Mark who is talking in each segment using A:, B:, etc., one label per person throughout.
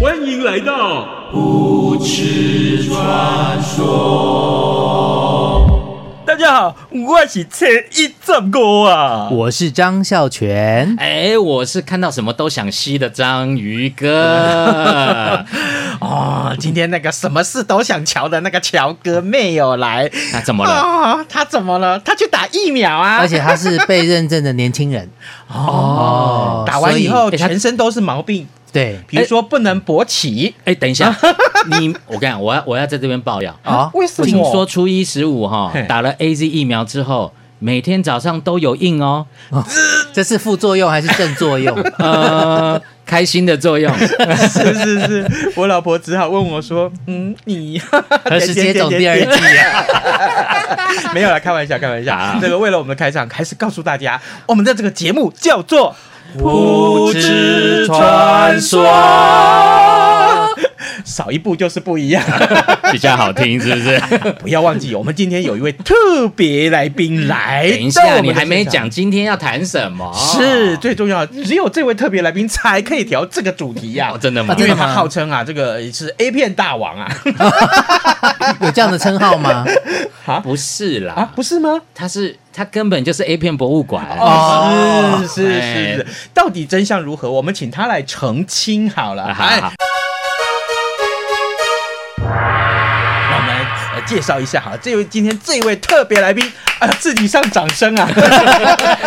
A: 欢迎来到不耻传说。大家好，我是陈一正哥啊。
B: 我是张孝全，
C: 哎，我是看到什么都想吸的章鱼哥。
B: 哦，今天那个什么事都想瞧的那个乔哥没有来，
C: 那怎么了？
B: 哦，他怎么了？他去打疫苗啊，
D: 而且他是被认证的年轻人哦
B: 打完以后
C: 所以哎他
B: 全身都是毛病，
D: 对
B: 比如说不能勃起，
C: 哎，等一下，你我跟你讲，我要我要在这边爆料。
D: 哦，
B: 为什
C: 我
B: 么？
C: 听 说初一十五哈
B: 嘿
C: 打了 A Z 疫苗之后，每天早上都有印哦，
D: 这是副作用还是正作用？
C: 呃，开心的作用。
B: 是是是， 我老婆只好问我说：“嗯， 你
D: 何时接种第二
B: 点点
D: 季啊？
B: 点 点没有啦，开玩笑，开玩笑。这个为了我们的开场，还是告诉大家，我们的这个节目叫做
D: 不知
A: 传
B: 说，少一步就是不一样。
C: 比较好听，是不 是？
B: 不要忘记，我们今天有一位特别来宾来。
C: 等一下，你还没。讲哦今天要谈什么？
B: 是最重要的，只有这位特别来宾才可以聊这个主题呀、
C: 哦，真的
D: 啊？
C: 吗
B: 因
D: 真
B: 为
D: 的
B: 他
D: 吗
B: 号称啊，这个是 A 片大王啊，
D: 有这样的称号吗？
C: 不是啦，
B: 啊，不是吗？
C: 他是他根本就是 A 片博物馆。
B: 哦，是是
C: 哎
B: 是是，到底真相如何？我们请他来澄清好了。
C: 啊好好
B: 哎，那我们呃介绍一下好了，这位今天这位特别来宾啊，自己上掌声啊！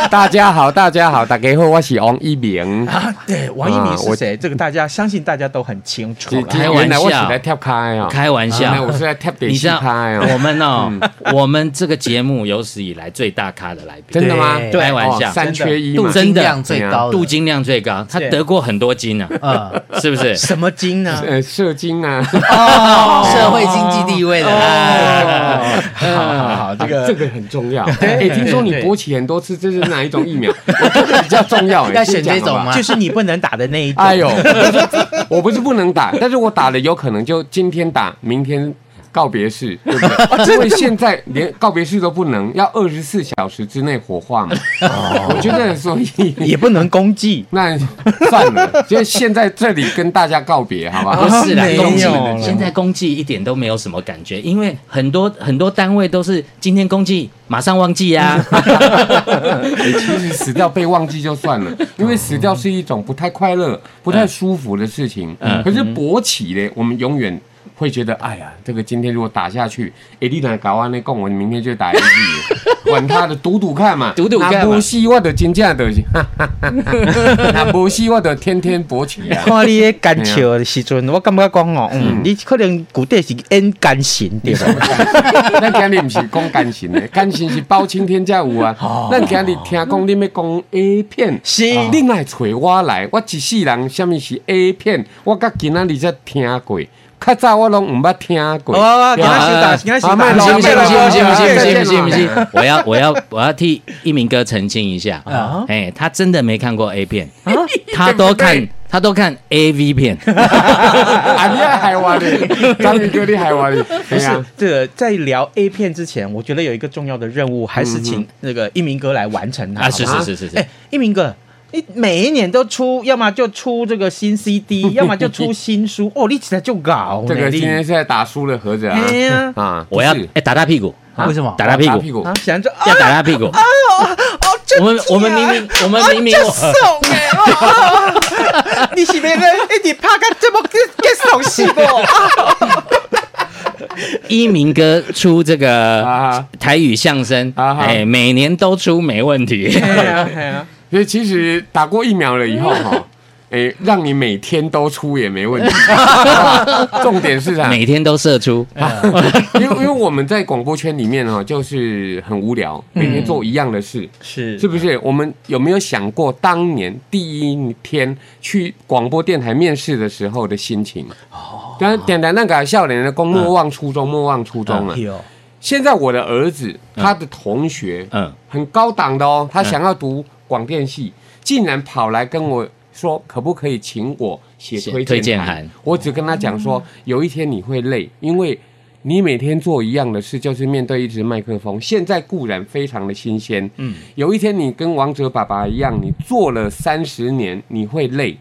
E: 大家好，大家好，大家好，我是王 一鸣。
B: 啊，对，王一鸣
E: 啊
B: 是
E: 我
B: 谁？这个大家相信大家都很清楚
E: 今
B: 了。
E: 今
C: 开玩笑
E: 原来我是来跳开哦，
C: 开玩
E: 原来我
C: 笑，
E: 是来跳点
C: 你知
E: 心
C: 道
E: 开哦
C: 我，们哦，我们这个节目有史以来最大咖的来宾，
E: 真的吗？
D: 对
C: 开玩
E: 哦
C: 笑，
E: 三缺一嘛
C: 真，的
D: 金量最高的
C: 镀，金量最高，他
B: 是
C: 得过很多金啊，
D: 嗯，
C: 是不是？
B: 什么金呢？
E: 呃，射精啊，
C: 哦
D: 社会经济地位的哎啦，
B: 好好好，这个
E: 啊这个很重要。哎，听说你勃起很多次，这是哪一种疫 苗？我觉得比较重要，哎
D: 要选
E: 先讲
D: 这种
E: 好不好
D: 吗？
B: 就是你不能打的那一种。
E: 哎呦，我不是 我不是不能打，但是我打了有可能就今天打，明天告别式，对不 对？因为现在连告别式都不能，要二十四小时之内火化嘛。我觉得所以。
B: 也不能攻击。
E: 那算了，就现在这里跟大家告别，好吧？
C: 不是啦
B: 啊，没
C: 公祭
B: 有了
C: 现在公祭一点都没有什么感觉，因为很多很多单位都是今天公祭，马上忘记啊呀、
E: 哎其实死掉被忘记就算了，因为死掉是一种不太快乐、不太舒服的事情。
C: 嗯
E: 可是勃起嘞，我们永远会觉得，哎呀，这个今天如果打下去，哎，你哪搞完那供，我明天就打一剂，管他的，赌赌看嘛，
C: 赌赌看嘛
E: 那不戏我的金价的，那不戏我的天天勃起啊。
B: 看你的干笑的时阵，我感觉讲哦，嗯，你可能古代是演干神对吧？
E: 咱今日不是讲感情的，感情是包青天才 有啊。咱今日听讲你要讲 A 片，
B: 哦
E: 哦
B: 是
E: 你来找我来，我一世人什么是 A 片，我到今仔日才听过。较早我拢毋捌听过，
B: 哦，今仔是打，
C: 啊
B: 今仔是
E: 啊
B: 打，
E: 卖
C: 不
E: 老
C: 行
E: 啊
C: 不行
E: 卖
C: 不
E: 老
C: 行不
E: 啊
C: 行不行不
E: 再
C: 行
E: 见
C: 不行不
E: 再见
C: 行！我要我要我要替一鸣哥澄清一下
B: 啊
C: 哎，他真的没看过 A 片，他都看他都看 A V 片，
E: 啊你还害我 咧，张宇哥你害我咧，哎不
B: 不是，这个在聊 A 片之前，我觉得有一个重要的任务，还是请那个一鸣哥来完成它。
C: 嗯
B: 好
C: 啊，
B: 不
C: 是
B: 好
C: 是是是是
B: 哎，，一鸣哥，你每一年都出，要么就出这个新 CD，要么就出新书。哦，你起来就搞呢
E: 这个
B: 你
E: 今天是在打输了盒子啊
B: 哎呀，
E: 啊，
C: 我要
E: 不是
C: 哎打他屁股，
D: 为什么？
C: 打他屁
E: 打
C: 股
E: 屁，股
B: 啊，，想着啊，哦
C: 要打他屁股。我们我们明明我们明明
B: 就送哎，哦 你是别人一直拍个这么给给送死我，
C: 一鸣哥出这个
E: 啊
C: 台语相声，
E: 啊哈
C: 哎，每 年都出没问题。啊
B: 哎呀哎呀，
E: 所以其实打过疫苗了以后哈，诶、让你每天都出也没问题。好吧重点是啥？
C: 每天都射出，
E: 哎因为因为我们在广播圈里面哈、就是很无聊，每天做一样的事，
A: 是
E: 是不是？我们有没有想过当年第一天去广播电台面试的时候的心情？哦，当然，点点那个笑脸的公莫忘初衷，莫忘初衷
D: 哎
E: 啊！
A: 有
E: 现在我的儿子他的同学，
C: 嗯，
E: 很高档的哦，他想要读广电系，竟然跑来跟我说，可不可以请我写
C: 写
E: 推
C: 推荐
E: 函
C: 函嗯
E: 我只跟他讲说，有一天你会累，因为你每天做一样的事，就是面对一支麦克风。现在固然非常的新鲜，嗯，有一天你跟王者爸爸一样，你做了三十年，你会累。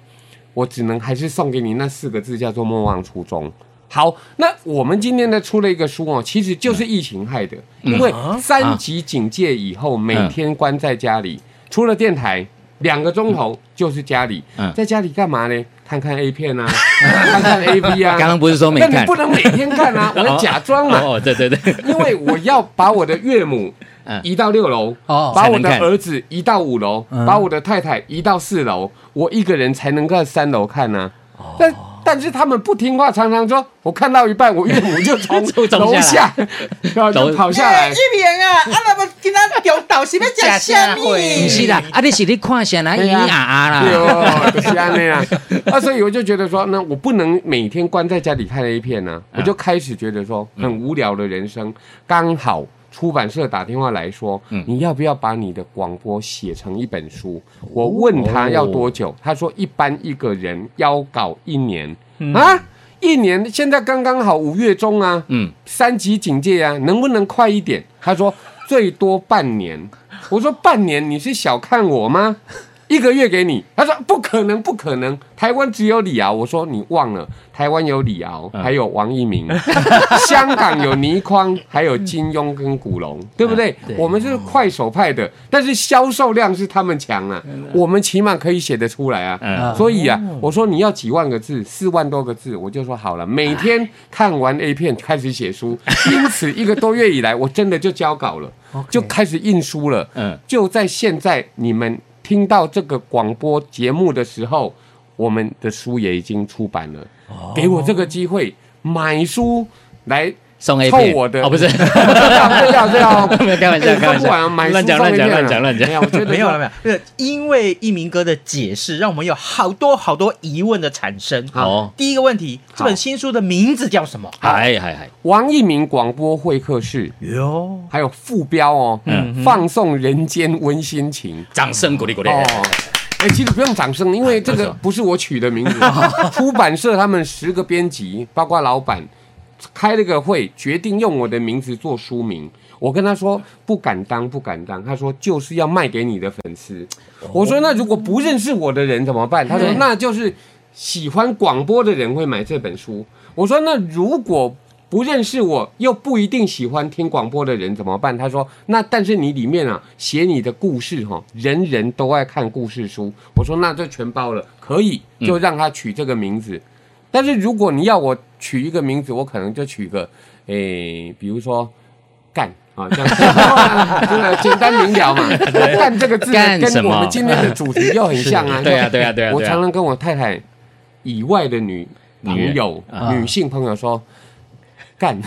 E: 我只能还是送给你那四个字，叫做莫忘初衷。好，那我们今天呢出了一个书哦，其实就是疫情害的，
C: 嗯
E: 因为三级警戒以后，每天关在家里，
C: 啊
E: 除了电台两个钟头就是家里，
C: 嗯
E: 在家里干嘛呢？看看 A 片啊， 看看 A V 啊。
C: 刚刚不是说没
E: 但
C: 看
E: 你不？能每天 看啊，我要假装嘛，
C: 哦，对对对，
E: 因为我要把我的岳母
C: 嗯
E: 移到六楼，
D: 哦
E: 把我
C: 才能
E: 的
C: 看
E: 儿子移到五楼，把我的太太移到四楼，我一个人才能在三楼看呢、
C: 哦
E: 但但是他们不听话，常常说我看到一半，我岳母就从
C: 就冲
E: 楼
C: 下
E: 下， 然后就
C: 楼哎
E: 跑下 来。
B: 一平啊，啊那么今仔中昼是要食虾
C: 不
B: 米？
C: 是啦，啊，你是你看啥啦？咿咿啊啊
E: 对
C: 啦，
E: 哦，就是安内啊。 啊，所以我就觉得说，那我不能每天关在家里看 A 片呢、我就开始觉得说，很无聊的人生。刚好出版社打电话来说，你要不要把你的广播写成一本书？我问他要多久，他说一般一个人要搞一年啊。一年现在刚刚好五月中啊，
C: 嗯，
E: 三级警戒啊，能不能快一点？他说最多半年。我说半年，你是小看我吗？一个月给你。他说不可能，不可能，台湾只有李敖。我说你忘了，台湾有李敖，还有王一鸣，香港有倪匡，还有金庸跟古龙，对不对？我们是快手派的，但是销售量是他们强啊，我们起码可以写得出来啊。
C: 嗯
E: 所以啊，我说你要几万个字，四万多个字，我就说好了，每天看完 A 片开始写书，因此一个多月以来，我真的就交稿了，就开始印书了。
C: 嗯，
E: 就在现在，你们听到这个广播节目的时候，我们的书也已经出版了。
C: 哦
E: 给我这个机会买书来
C: 送 A
E: 凑
C: 片，
E: 我的
C: 哦，不 是，
E: 这样这样
C: 没有开玩笑
E: 哎
C: 开玩笑
E: 看不完啊买书
C: 乱讲
E: 送 A
C: 乱讲
E: 片啊
C: 乱讲乱讲
E: 没有，我 觉得
B: 没有了，没有，没有，因为一鸣哥的解释，让我们有好多好多疑问的产生。
C: 好哦
B: 第一个问题，这本新书的名字叫什么？
C: 嗨嗨嗨，
E: 王一鸣广播会客室
B: 哟，
E: 还有副标哦，
C: 嗯
E: 放送人间温馨情
C: 掌声鼓励鼓励，
E: 哦。哎，其实不用掌声，因为这
C: 为什
E: 个
C: 么
E: 不是我取的 名字。出版社他们十个编辑，包括老板，开了个会，决定用我的名字做书名。我跟他说不敢当，不敢当。他说就是要卖给你的粉丝。我说那如果不认识我的人怎么办？他说那就是喜欢广播的人会买这本书。我说那如果不认识我又不一定喜欢听广播的人怎么办？他说那但是你里面啊写你的故事哈、人人都爱看故事书。我说那就全包了，可以
C: 嗯
E: 就让他取这个名字。但是如果你要我取一个名字，我可能就取个，诶、比如说干啊这样子， 真的简单明 了嘛。干这个字
C: 干什
E: 跟
C: 么
E: 我们今天的主题又很像啊。
C: 对啊对啊对啊，
E: 我
C: 对啊
E: 常常跟我太太以外的女
C: 女
E: 朋
C: 人
E: 友、
C: 啊
E: 女性朋友说。干，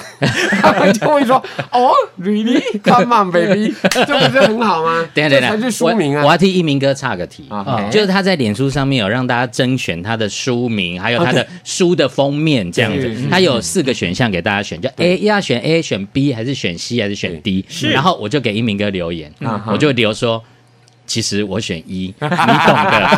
E: 他们就会说哦，really，come on baby，这不是很好吗？
C: 等一下
E: 这
C: 等
E: 才
C: 一下，
E: 是书名
C: 我我
E: 啊！
C: 要替一鸣哥岔个题
E: 啊
D: 哎
E: 好
C: 就是他在脸书上面有让大家甄选他的书名，还有他的书的封面这样子
E: 是是是，
C: 他有四个选项给大家选，就 A 要选 A 选 B 还是选 C 还是选 D，然后我就给一鸣哥留言
D: 啊
E: 嗯，
C: 我就留说。其实我选 一，你懂的。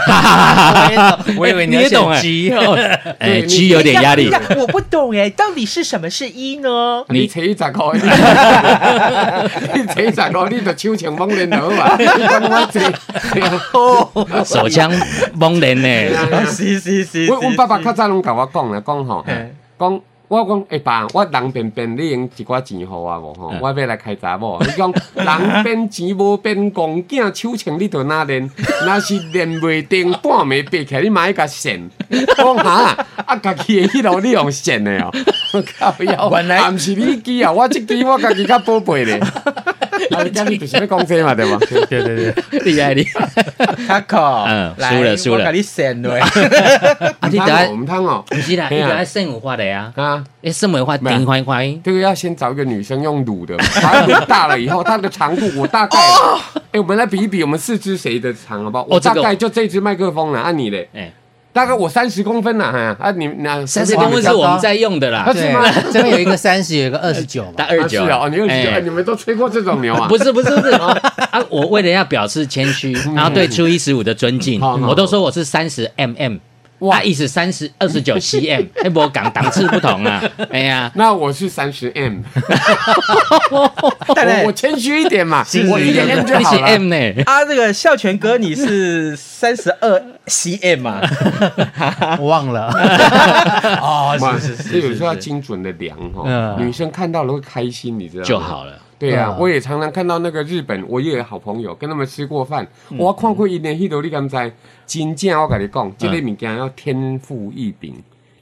D: 我以为你 要
C: 也懂
D: 选
C: 哎
D: G
C: 哦哎
E: 对
C: ，G 有点压
B: 等
C: 力
B: 一。下，等一下我不懂哎，到底是什么是一 呢？
E: 你扯一十块，你扯一十块，你就手枪蒙人头啊嘛，你讲我扯。
C: 手枪蒙 人呢，
B: 哎是是是
E: 我我爸爸较早拢甲我讲啦，讲吼，讲我讲会爸，我人变变，你用一寡钱互我无吼，
C: 嗯
E: 我要来开查某。 你讲人变钱无变公囝，手枪你着哪 练？若是练袂定，半暝爬起来你嘛爱甲扇。讲哈，啊家己的迄路你用扇的哦，靠腰，
D: 原来
E: 啊毋是你支啊，我即支我家己较宝贝咧。啊，人家你就是要讲这嘛，对吗？
F: 对对对，
C: 厉害厉害！
B: 卡口，
C: 嗯
B: 来
C: 输了输了
B: 我给你选了。
C: 啊，
E: 我
C: 你等
E: 们汤
C: 下
E: 哦，我们汤哦，
C: 不是啦，
E: 嘿
C: 你
E: 啊
C: 等下剩有发的呀，
E: 啊，
C: 哎，剩有发
E: 没有
C: 顶欢欢，
E: 这个要先找一个女生用卤的，反正我大了以后，它的长度我大概，哎，我们来比一比，我们四支谁的长好不好？我
C: 哦这
E: 大
C: 个
E: 概就这支麦克风了，按你嘞，
C: 哎，
E: 大概我三十公分了，哈，啊你那
C: 三十公分是我们在用的啦
E: 啊，是吗
D: 对，这边有一个三十，有一个二十九
C: 大
D: 嘛。
C: 二
E: 二九
C: 九
E: 哦，你二十九，哎
C: 哎
E: 你们都吹过这种牛啊？
C: 不是不是不是啊！我为了要表示谦 虚，然后对初一十五的尊敬，
E: 嗯好好
C: 我都说我是三十 mm，哇，意思三十二十九 cm，哎，我港档次不同啊，哎呀，
E: 那我是三十 M，
B: 但
E: 我我
B: 是
E: 谦虚一点嘛，我一点 M 就
C: 你
E: 好
C: 是
E: 了。
C: M 呢？
B: 啊，这个孝全哥你是三十二 cm 啊嘛？
D: 我忘了，
B: 哦，
E: 嘛，
B: 是是
E: 所以有
B: 是
E: 时候要
B: 是是。
E: 精准的量哦，
D: 嗯
E: 女生看到了会开心，你知道吗
C: 就。好了，
E: 对啊
D: 嗯，
E: 我也常常看到那个日本，我也有好朋友跟他们吃过饭，
C: 嗯
E: 我看过一年迄度，你敢知？真正我跟你讲，这个物件要天赋异禀。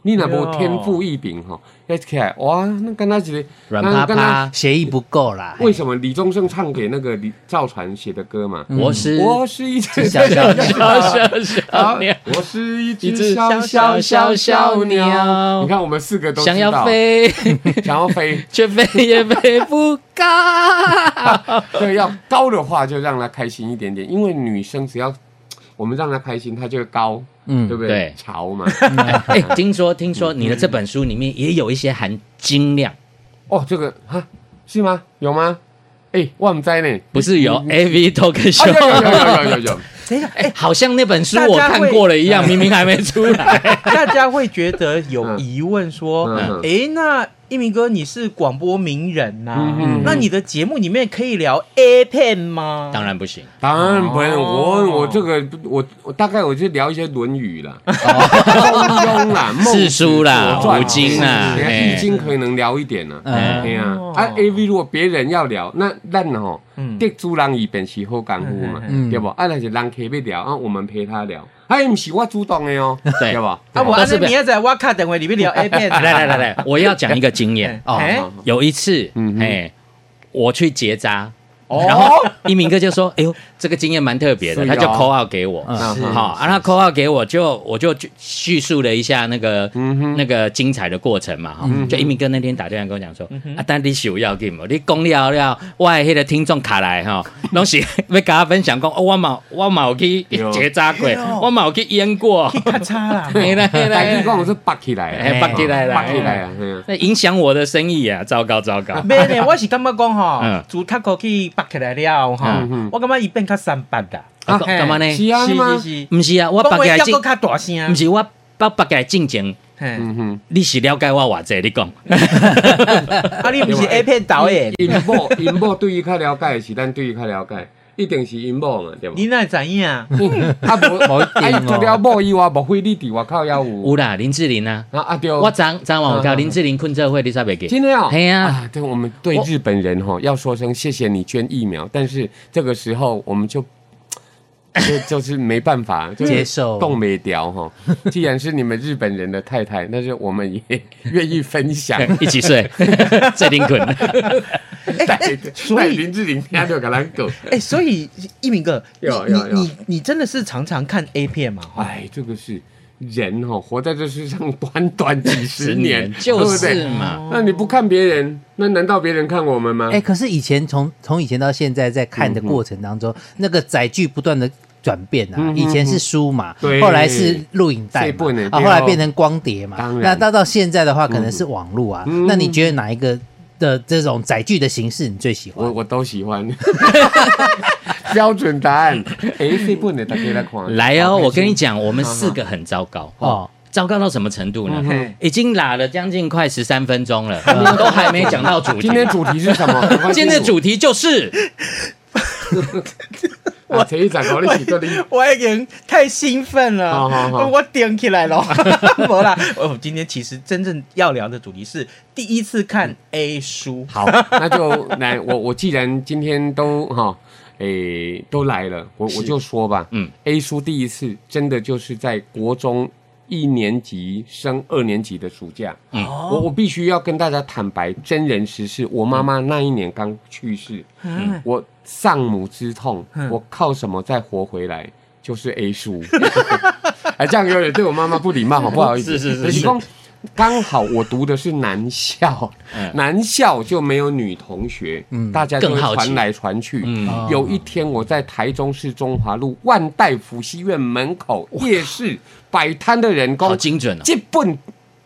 E: 你若无天赋异禀吼，要起来哇，那跟他一个
C: 软趴
E: 那跟他
C: 趴，
D: 协议不够啦。
E: 为什么李宗盛唱给那个李赵传写的歌嘛？
C: 我是
E: 嗯我是一只
D: 小小鸟
C: 嗯小小小鸟，
E: 我是一
C: 一
E: 只
C: 只
E: 小
C: 小
E: 小
C: 小
E: 小
C: 小
E: 小
C: 鸟
E: 鸟。你看，我们四个都
C: 想
E: 知
C: 要
E: 道，
C: 飞，
E: 想要飞，
C: 却飞也飞不高。
E: 对，要高的话就让她开心一点点，因为女生只要我们让她开心，她就会高，
D: 嗯
E: 对不
C: 对
E: 对？潮嘛，
C: 哎，听说听说你的这本书里面也有一些含金量，
E: 哦，这个哈是吗？有吗？哎，我们在呢，
C: 不是有 AV Talk
E: 啊，有
C: Show？
E: 嗯有有有有有有，
B: 等一下，哎，
C: 好像那本书我看过了一
E: 哎
C: 样，明明还没出 来。
B: 大家会觉得有疑问说
E: 嗯嗯，
B: 哎，那一鸣哥你是广播名人呐
E: 嗯嗯嗯，
B: 那你的节目里面可以聊 A 片吗？
C: 当然不行，
E: 当然不能，
B: 哦
E: 我我这个我我大概我就聊一些《论语》啦，
C: 哦
E: 《 中庸》 啦，《孟
C: 四书啦
E: 左传
C: 五经啦
E: 你看
C: 哎
E: 易经》可以能聊一点啦。
D: 嗯
E: 哎
C: 哎，
E: 呀
B: 哦，
E: 啊，A V 如果别人要聊，那咱吼
B: 嗯，
E: 得主人伊便是好功夫嘛
D: 嗯嗯嗯，
E: 对不？啊，若是人客要聊，啊，我们陪他聊，哎，不是我主动的哦，
C: 对
E: 对吧？
B: 啊，我
C: 但
B: 按
C: 是啊
B: 照明仔我卡等会里面聊 A 片，啊
C: 来 来来 来，我要讲一个经验。
D: 哦
B: 哎
E: 好
C: 有一次
E: 嗯，哼
C: 哎，我去结扎，然
E: 哦，
C: 后一鸣哥就说：“哎呦，这个经验蛮特别的。”
E: 是
C: 他就
E: 哦
C: call out 给我，
D: 哎嗯
C: 好
E: 嗯是
C: 啊，他 call out 给我就我就叙叙述了一下那个
E: 嗯哼嗯
C: 那个精彩的过程嘛哈。就一鸣哥那天打电话跟我讲说：“啊，但你是有要紧无？你讲了了，我的迄个听众卡来哈，拢是 要跟我分享讲，哦，我嘛我嘛有去
E: 对哦
C: 结扎过，我嘛有去淹 过，
B: 咔嚓 啦！
C: 嘿啦嘿啦
E: 大家讲我是拔起来的，
C: 哎拔起来啦
E: 拔起来啊，嘿啊
C: 那影响我的生意啊，糟糕糟 糕。”
B: 没呢，我是感觉讲吼
C: 嗯，
B: 自卡口去拔起来了吼
E: 嗯嗯，
B: 我感觉伊变较三八啦。
C: 啊干干嘛呢
E: 是啊，是吗
B: 是？是，
C: 不是啊，我
B: 我
C: 北
B: 拔起
C: 界
B: 来
C: 进，
B: 较大声。
E: 啊
C: 不是我北北界进前，
B: 嘿
E: 嗯哼，
C: 你是了解我偌济？你讲。
B: 啊，你不是 A 片导演，
E: 因某因某对伊较了解的是咱对伊较了解，一定是因某嘛，对吧？
B: 你哪会知影？ 啊，
E: 啊无，
D: 无一定哦
E: 啊，伊除了某以外，莫非你伫外口也有？
C: 有啦，林志玲啊，
E: 啊啊对，
C: 我昨昨晚有
E: 啊啊
C: 跟林志玲困这会，你才袂记。
E: 真的哦，
C: 嘿啊
E: 对，我们对日本人吼要说声谢谢你捐疫苗，但是这个时候我们就 就就是没办法就是
D: 接受
E: 冻没掉哈。既然是你们日本人的太太，但是我们也 愿意 分享。
C: 哎一起睡，最灵困。
E: 带
B: 所
E: 带
B: 以
E: 林志玲听着个咱狗，
B: 哎，所以一鸣哥，你
E: 有有有
B: 你你你真的是常常看 A 片嘛？哈
E: 哎，这个是。人哦，活在这世上短短几十年，
C: 就
E: 对不
C: 是
E: 对
C: 嘛，
E: 那你不看别人，那难道别人看我们
C: 嗯
E: 吗？
D: 哎，可是以前从从以前到现在，在看的过程
C: 嗯
D: 当中，那个载具不断的转变啊
E: 嗯，
D: 以前是书嘛，
C: 嗯
E: 对
D: 后来是录影带
E: 这
D: 嘛
E: 不能，
D: 啊，
E: 对哦
D: 后来变成光碟嘛
E: 当，然
D: 那到到现在的话，可能
C: 嗯
D: 是网络啊。那你觉得哪一个的这种载具的形式你最喜
E: 我
D: 欢？
E: 我都喜欢， 标准答案。哎，这不能大家来看。
C: 来哦，
E: 好
C: 我跟你，
E: 开心
C: 讲，我们四个很糟糕哦
D: 哦，
C: 糟糕到什么程度呢
E: 嗯哼？
C: 已经拉了将近快十三分钟了，都还没讲到 主题
E: 今。天主题是什么？赶快
C: 今天的主题就是
E: 我前啊一讲搞你几个零。
B: 我已经太兴奋了
E: 好好，好
B: 我顶起来 了。没啦，我哦今天其实真正要聊的主题是第一次看 A 书。
E: 好，那就来我我既然今天都哈。诶，都来了，我我就说吧，
C: 嗯
E: 嗯，A 叔第一次真的就是在国中一年级升二年级的暑假，
C: 嗯
E: 我我必须要跟大家坦白真人实事，我妈
C: 嗯
E: 妈那一年刚去世，我丧母之痛，
C: 嗯
E: 我靠什么再活回来？就是 A 书， 哎，这样有点对我妈妈不礼貌，好不好意
C: 是
E: 思？
C: 是是
E: 就是
C: 是
E: 说刚好我读的是男校，
C: 嗯
E: 男校就没有女同学，大家就
C: 更
E: 会
C: 好奇
E: 传来传去。
C: 嗯
E: 有一天我在台中市中华路万代福西院门口夜市摆摊的人
C: 好
E: 工，
C: 精准哦，
E: 这本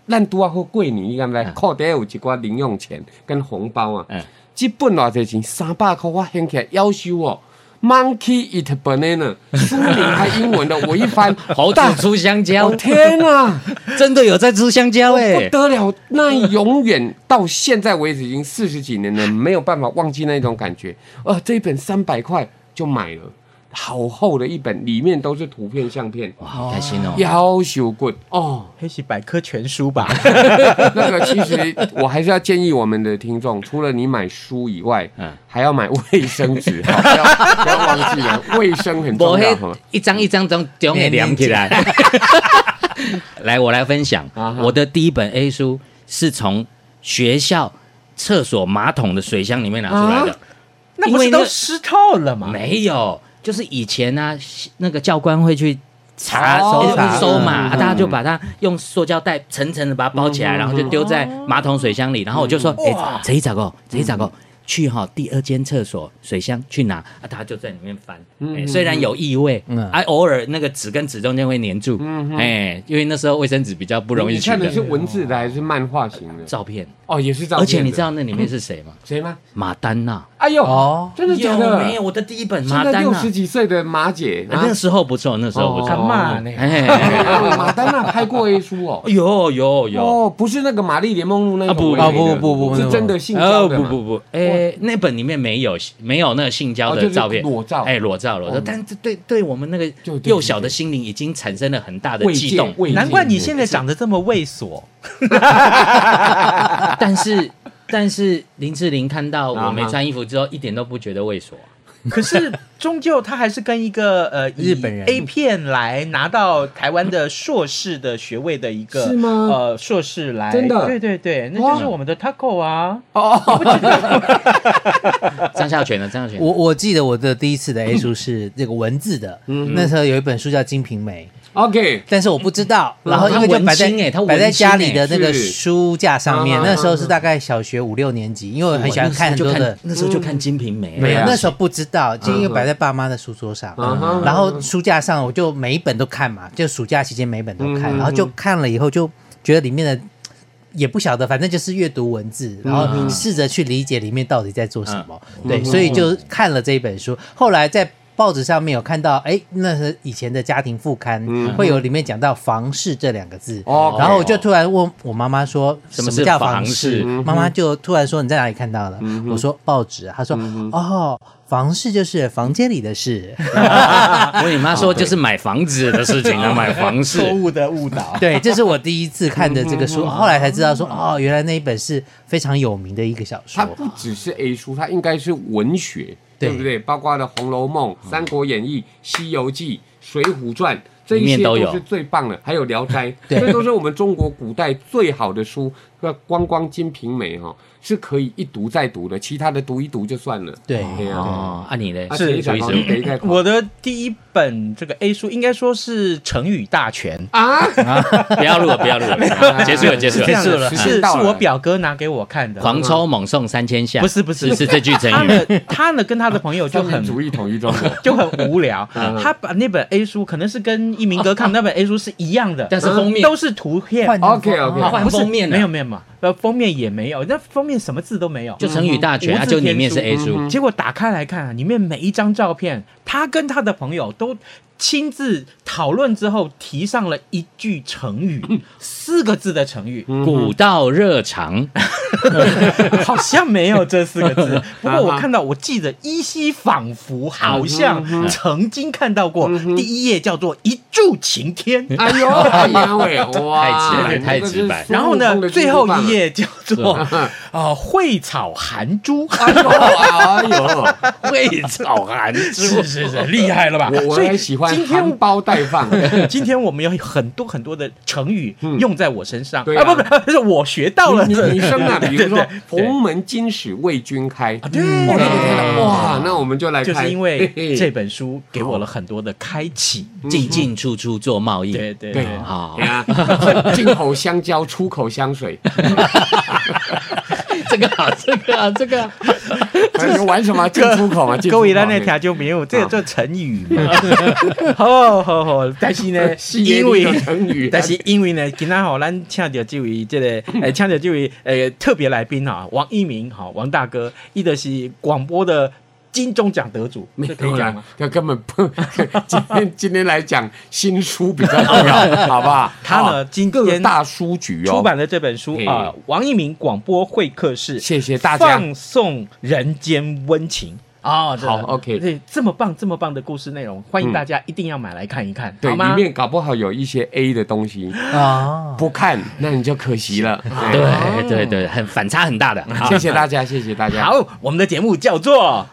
E: 咱拄啊好过年，你敢知？裤袋有一寡零用钱跟红包啊
C: 嗯，
E: 这本偌济钱？三百块，我掀起来要收哦。Monkey eat banana，书名还英文的，我一 翻，
C: 猴子出香蕉
E: 我，天啊！
C: 真的有在吃香蕉哎
E: 哦不，得了，那永远到现在为止已经四十几年了，没有办法忘记那种感觉。呃，这一本三百块就买了，好厚的一本，里面都是图片相片，
C: 哇，好开心哦，
E: 要求棍哦。
B: 黑喜百科全书吧，
E: 那个其实我还是要建议我们的听众，除了你买书以外，
C: 嗯
E: 还要买卫生 纸，好不要不要忘记了，卫生很
C: 我
E: 重要。
C: 黑
E: 好吗
C: 一张一张中中给量起来。 来，我来分享
E: 啊哈
C: 我的第一本 A 书是从学校厕所马桶的水箱里面拿出
E: 啊
C: 来的，
B: 那
C: 因
B: 不
C: 为
B: 是
C: 那
B: 都湿透了吗？
C: 没有，就是以前啊，那个教官会去。查
E: 哦
C: 收
E: 查
C: 收嘛，
E: 嗯
C: 啊大家就把它用塑胶袋层层的把它包起来，
E: 嗯
C: 然后就丢在马桶水箱里。然后我就说：“哎，谁找个？谁找
E: 嗯
C: 个？哦去哈第二间厕所水箱去拿。”啊，大家就在里面翻。
E: 嗯
C: 哎，虽然有异味
D: 嗯，
C: 啊，偶尔那个纸跟纸中间会粘住。哎，因为那时候卫生纸比较不容易
E: 嗯哎你
C: 取嗯
E: 看的是
C: 的。
E: 文字的还是漫画型的？
C: 照片，
E: 哦，也是照片的。
C: 而且你知道那里面是谁吗？
E: 谁吗？
C: 马丹娜。
E: 哎呦，
D: 哦
E: 真的假
C: 有
E: 的？
C: 没有，我的第一本马
E: 现在
C: 丹
E: 六
C: 娜。
E: 十几岁的马姐，
C: 啊那时候不错，那时候不
E: 哦
C: 错。
B: 嘛呢？
C: 哎，
E: 啊马丹娜拍过 A 书哦。
C: 有有 有，
E: 哦，不是那个《玛丽莲梦露》那个
C: 啊不
E: 唯美的
D: 啊不不不不
E: 是真的性交的
C: 不
E: 嘛
C: 不不，哎，那本里面没有没有那个性交
E: 哦就
C: 的
E: 是
C: 照片，
E: 裸照哦
C: 哎，裸照裸照，但这对对我们那个
E: 就对
C: 幼小的心灵已经产生了很大的
E: 慰
C: 悸
E: 藉
C: 动，
E: 慰藉
B: 难怪你现在长得这么猥琐，
C: 但是。但是林志玲看到我没
E: 啊哈
C: 穿衣服之后，一点都不觉得猥琐。
B: 可是终究他还是跟一个呃以
D: 日本人
B: A 片来拿到台湾的硕士的学位的一个
E: 是吗
B: 呃，硕士来，
E: 真的
B: 对对对，那就是我们的 Taco 啊，
C: 张孝全呢？张孝全，
D: 我我记得我的第一次的 A 书是这个文字的，
C: 嗯
D: 那时候有一本书叫《金瓶梅》，
E: OK，
D: 但是我不知道，然后因为就摆在
C: 他文青欸他嗯文青
D: 摆
C: 欸
D: 在家里的那个
E: 是
D: 书架上面
E: 啊，
D: 那时候是大概小学五六年级，因为我很喜欢看很多
C: 我
D: 的。嗯
C: 那时候就看那时候就看《金瓶梅》，
D: 没有，
E: 对啊
D: 那时候不知道，就因为摆在爸妈的书桌上，
E: 嗯哼
D: 然后书架上我就每一本都看嘛，就暑假期间每一本都看，
E: 嗯
D: 然后就看了以后就觉得里面的也不晓得，反正就是阅读文字，然
E: 嗯
D: 后试着去理解里面到底在做什么。对，所以就看了这一本书。后来在报纸上面有看到，哎，那是以前的家庭副刊、会有里面讲到“房事”这两个字。
E: 嗯哦
D: 然后我就突然问我妈妈说：“什
C: 什么
D: 么
C: 是
D: 叫
C: 房
D: 房
C: 事
D: 事？”妈妈就突然说：“你在哪里看到的？”我说：“报纸啊。”她说：“哦，房事就是房间里的事。。
C: 我跟你妈说，就是买房子的事情啊，买房事。
B: 错误的误导
D: 对，这是我第一次看的这个书，后来才知道说，哦，原来那一本是非常有名的一个小
E: 它
D: 说。
E: 不只是 A 书，它应该是文学，
D: 对
E: 对不对？包括了《红楼
C: 嗯
E: 梦》《三国演义》《西游记》《水浒传》。这
C: 里
E: 一
C: 面
E: 些
C: 都有
E: 是最棒的，还有《聊斋》， 这都是我们中国古代最好的书。那光光《金瓶梅》哈，是可以一读再读的，其他的读一读就算了。
D: 对
E: 对啊，
C: 哦，啊你嘞？
E: 啊谁
C: 属
E: 敢
C: 于
E: 讲
C: 什么？
E: 谁敢讲
B: 我的第一本这个 A 书应该说是成语大全，
E: 啊，
C: 不要录了，不要录
D: 啊
C: 了，结束了，结束
B: 这
C: 了
B: 样。的
E: 时
B: 是
E: 间
B: 是
E: 到了
B: 我表哥拿给我看的。
C: 狂抽猛送三千下，
B: 不是不是
C: 是是这句成
B: 他
C: 语。
B: 呢，他呢跟他的朋友就
E: 三民
B: 很
E: 主义统一中国。
B: 就很无 聊。
E: 嗯
B: 他把那本 A 书，可能是跟一鸣哥看的那本 A 书是一样的，
C: 但是封面
B: 都是图片，
D: 换
E: OK OK，
C: 换
B: 啊不是
C: 封面啊了
B: 没有没有嘛，呃，封面也没有，那封面什么字都没有，
C: 就成语大全，
B: 嗯
C: 啊，就里面是 A 书，
B: 结果打开来看啊，里面每一张照片，他跟他的朋友都亲自讨论之后，提上了一句成
C: 嗯
B: 语，四个字的成语，
C: 古道热肠，
B: 好像没有这四个
C: 啊
B: 字。不过我看到，我记得依稀仿佛好
C: 嗯
B: 像曾经看到过，第一页叫做一柱擎天。
C: 嗯
E: 哎呦，哎呀喂，哇，
C: 太直白太直白 嗯
B: 然后呢，最后一，页叫做啊会草含珠，
E: 哎呦哎呦，
C: 会炒寒
B: 是是是，厉害了吧？
E: 我我
B: 所以
E: 还喜欢
B: 今天
E: 含苞待放。
B: 今天我们有很多很多的成语用在我身上、
E: 对
B: 啊，
E: 啊
B: 不不，就是我学到了
E: 女女生啊，比如说“
B: 对啊
E: 鸿门今始为君开”，
B: 对
E: 哦那个真的哇，那我们就 来
B: 就
E: 开，
B: 是因为
E: 嘿嘿
B: 这本书给我了很多的开启。
C: 进进出出做贸易，
B: 对对
E: 对
B: 对，
C: 啊
E: 对，啊，进口香蕉，出口 香水，
C: 这个好，这个好，这个好
E: 你们玩什么进出口嘛？进出
B: 各
E: 口
B: 位咱那听就没有，这个叫成语嘛。好好好，但是 呢，
E: 是
B: 因为
E: 啊的成语，
B: 但是因为呢，今天好，咱请到这位这个，呃，请到这位呃特别来宾啊，王一鸣，好，王大哥，伊的是广播的金钟奖得主，
E: 没
B: 这可以
E: 有
B: 讲
E: 啦
B: 吗？，
E: 他根本不。今天今天来讲 新书比较重 要，好不好？
B: 他呢
E: 哦
B: 今天
E: 各大书局哦，
B: 出版的这本书
E: 嘿
B: 啊，《王一鸣广播会客室》，
E: 谢谢大家
B: 放送人间温情。啊，真的
E: 好，OK
B: 对，这么棒，这么棒的故事内容，欢迎大家一定要买来看一看，
E: 嗯对
B: 好吗
E: 里？面搞不好有一些 A 的东西，
D: 啊，
E: 不看那你就可 惜了。
C: 对对对，很反差很大的。好
E: 谢谢大家，谢谢大家。
B: 好，我们的节目叫做